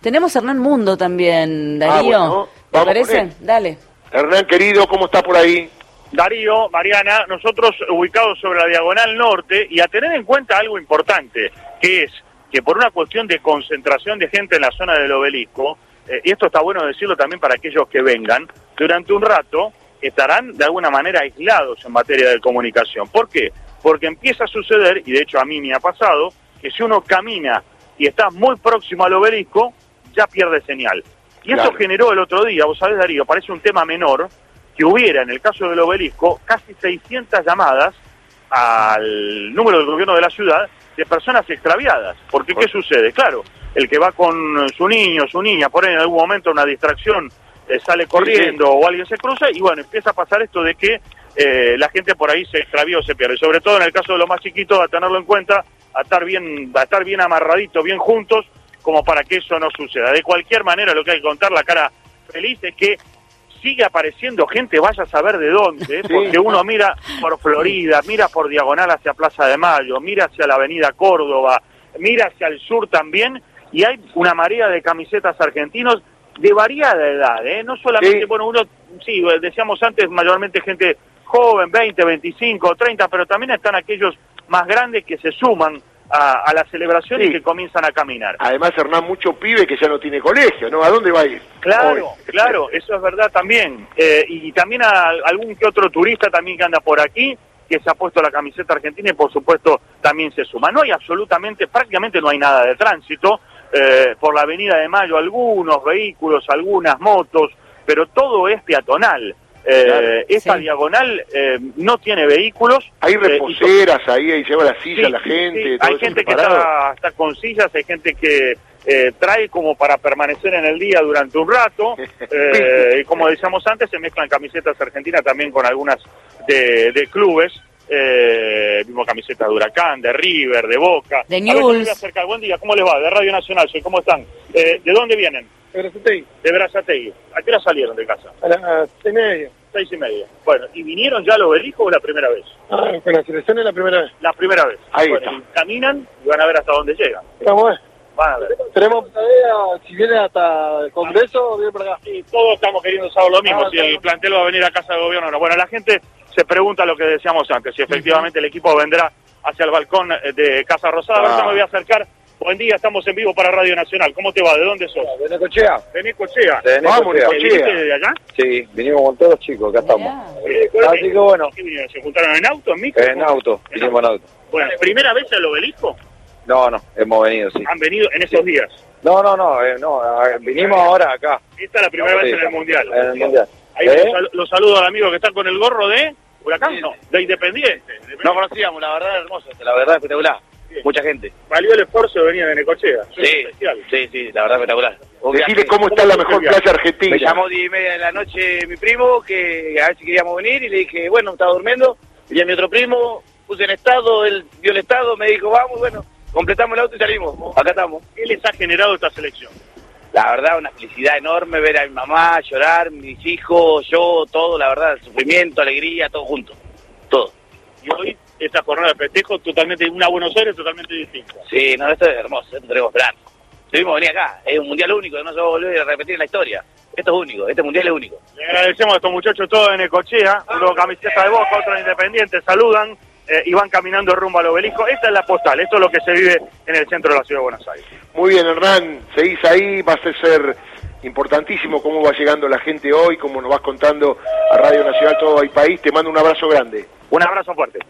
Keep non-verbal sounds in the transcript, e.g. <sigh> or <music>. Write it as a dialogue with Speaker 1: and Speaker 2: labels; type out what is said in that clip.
Speaker 1: Tenemos a Hernán Mundo también,
Speaker 2: Ah,
Speaker 1: Darío.
Speaker 2: bueno,
Speaker 1: ¿Te
Speaker 2: vamos
Speaker 1: parece?
Speaker 2: con él.
Speaker 1: Dale.
Speaker 2: Hernán, querido, ¿cómo está por ahí?
Speaker 3: Darío, Mariana, nosotros ubicados sobre la diagonal norte y a tener en cuenta algo importante, que es que por una cuestión de concentración de gente en la zona del obelisco, eh, y esto está bueno decirlo también para aquellos que vengan, durante un rato estarán de alguna manera aislados en materia de comunicación. ¿Por qué? Porque empieza a suceder, y de hecho a mí me ha pasado, que si uno camina y está muy próximo al obelisco, ya pierde señal. Y eso
Speaker 2: Claro.
Speaker 3: generó el otro día, vos sabés Darío, parece un tema menor, que hubiera en el caso del obelisco casi 600 llamadas al número del gobierno de la ciudad de personas extraviadas. Porque ¿qué sucede? Claro, el que va con su niño, su niña, por ahí en algún momento una distracción, eh, sale corriendo o alguien se cruza y bueno, empieza a pasar esto de que eh, la gente por ahí se extravió, se pierde. Sobre todo en el caso de los más chiquitos, a tenerlo en cuenta, a estar bien, a estar bien amarraditos, bien juntos, como para que eso no suceda. De cualquier manera, lo que hay que contar, la cara feliz es que sigue apareciendo gente, vaya a saber de dónde, porque uno mira por Florida, mira por Diagonal hacia Plaza de Mayo, mira hacia la Avenida Córdoba, mira hacia el sur también, y hay una marea de camisetas argentinos de variada edad, ¿eh? no solamente,
Speaker 2: Sí.
Speaker 3: bueno, uno, sí, decíamos antes, mayormente gente joven, 20, 25, 30, pero también están aquellos más grandes que se suman a, a la celebración y
Speaker 2: Sí.
Speaker 3: que comienzan a caminar.
Speaker 2: Además, Hernán, mucho pibe que ya no tiene colegio, ¿no? ¿A dónde va a ir?
Speaker 3: Claro,
Speaker 2: hoy? este,
Speaker 3: claro, eso es verdad también. Eh, y también a algún que otro turista también que anda por aquí, que se ha puesto la camiseta argentina y por supuesto también se suma. No hay absolutamente, prácticamente no hay nada de tránsito. eh, por la Avenida de Mayo algunos vehículos, algunas motos, pero todo es peatonal. Eh,
Speaker 2: Claro.
Speaker 3: esta
Speaker 1: Sí.
Speaker 3: diagonal eh, no tiene vehículos.
Speaker 2: Hay
Speaker 3: eh, y
Speaker 2: reposeras ahí, ahí lleva la silla
Speaker 3: Sí,
Speaker 2: la
Speaker 3: sí,
Speaker 2: gente.
Speaker 3: sí.
Speaker 2: todo
Speaker 3: Hay
Speaker 2: eso
Speaker 3: gente que
Speaker 2: preparado.
Speaker 3: está, está con sillas, hay gente que eh, trae como para permanecer en el día durante un rato.
Speaker 2: <laughs>
Speaker 3: eh, y como decíamos antes, se mezclan camisetas argentinas también con algunas de, de clubes. Eh, mismo camisetas de Huracán, de River, de Boca.
Speaker 1: De
Speaker 3: A ver,
Speaker 1: Newell's.
Speaker 3: me voy a acercar. Buen día, ¿cómo les va? De Radio Nacional, soy, ¿cómo están? Eh, ¿De dónde vienen? De Berazategui. ¿A qué hora salieron de casa?
Speaker 4: A las seis y media.
Speaker 3: Seis y media. Bueno, ¿y vinieron ya a los obelisco o la primera vez?
Speaker 4: Ah, con la selección es la primera vez.
Speaker 3: La primera vez.
Speaker 2: Ahí
Speaker 3: Bueno,
Speaker 2: está.
Speaker 3: y caminan y van a ver hasta dónde llegan.
Speaker 4: Vamos a
Speaker 3: Van a ver.
Speaker 4: ver. Tenemos tarea, si viene hasta el Congreso, viene para acá.
Speaker 3: Y todos estamos queriendo saber lo mismo,
Speaker 4: Ah,
Speaker 3: si
Speaker 4: claro.
Speaker 3: el plantel va a venir a casa de gobierno o no. Bueno, la gente se pregunta lo que decíamos antes, si efectivamente el equipo vendrá hacia el balcón eh, de Casa Rosada. A ver,
Speaker 2: Ah.
Speaker 3: yo me voy a acercar. Buen día, estamos en vivo para Radio Nacional. ¿Cómo te va? ¿De dónde sos?
Speaker 4: De Necochea.
Speaker 3: De Necochea. Eh,
Speaker 5: De
Speaker 2: Vamos,
Speaker 5: Necochea.
Speaker 2: Necochea.
Speaker 3: ¿Viniste de allá?
Speaker 5: Sí, vinimos con todos los chicos, acá estamos.
Speaker 1: Mirá.
Speaker 3: Eh,
Speaker 5: Así que bueno,
Speaker 3: ¿qué vinieron? ¿Se juntaron en auto, en micro?
Speaker 5: en auto, vinimos en auto.
Speaker 3: Bueno, ¿primera vez al obelisco?
Speaker 5: No, no, hemos venido, sí.
Speaker 3: Han venido en esos días.
Speaker 5: No, no, no, eh, no, eh, vinimos ahora acá,
Speaker 3: Esta es la primera
Speaker 5: Sí.
Speaker 3: vez en el Mundial.
Speaker 5: en el Mundial.
Speaker 3: Ahí
Speaker 5: ¿Eh?
Speaker 3: los sal- los saludo al amigo que está con el gorro de Huracán, no, de Independiente.
Speaker 6: No conocíamos, la verdad hermoso, la verdad espectacular. Mucha gente.
Speaker 3: valió el esfuerzo de venir de Necochea. Es
Speaker 6: Sí,
Speaker 3: especial.
Speaker 6: sí, sí, la verdad espectacular. Un
Speaker 2: Decirle
Speaker 6: viaje.
Speaker 2: cómo está
Speaker 3: ¿Cómo
Speaker 2: la
Speaker 3: fue
Speaker 2: mejor
Speaker 3: el viaje?
Speaker 2: playa argentina.
Speaker 6: Me llamó 10 y media de la noche mi primo, que a ver si queríamos venir, y le dije, bueno, estaba durmiendo. Y a mi otro primo, puse en estado, él vio el estado, me dijo, vamos, bueno, completamos el auto y salimos. Acá estamos.
Speaker 3: ¿Qué les ha generado esta selección?
Speaker 6: La verdad, una felicidad enorme ver a mi mamá llorar, mis hijos, yo, todo, la verdad, sufrimiento, alegría, todo junto. Todo.
Speaker 3: Y hoy, esta jornada de festejo, totalmente, una Buenos Aires totalmente distinta.
Speaker 6: Sí, no, esto es hermoso, esto tenemos plan. Tuvimos que venir acá, es un mundial único, no se va a volver a repetir en la historia. Esto es único, este mundial es único.
Speaker 3: Le agradecemos a estos muchachos todos de Necochea,
Speaker 6: Ah,
Speaker 3: uno camiseta de Boca, otro de Independiente, saludan eh, y van caminando rumbo al obelisco. Esta es la postal, esto es lo que se vive en el centro de la ciudad de Buenos Aires.
Speaker 2: Muy bien, Hernán, seguís ahí, vas a ser importantísimo cómo va llegando la gente hoy, cómo nos vas contando a Radio Nacional todo el país. Te mando un abrazo grande.
Speaker 3: Un abrazo fuerte.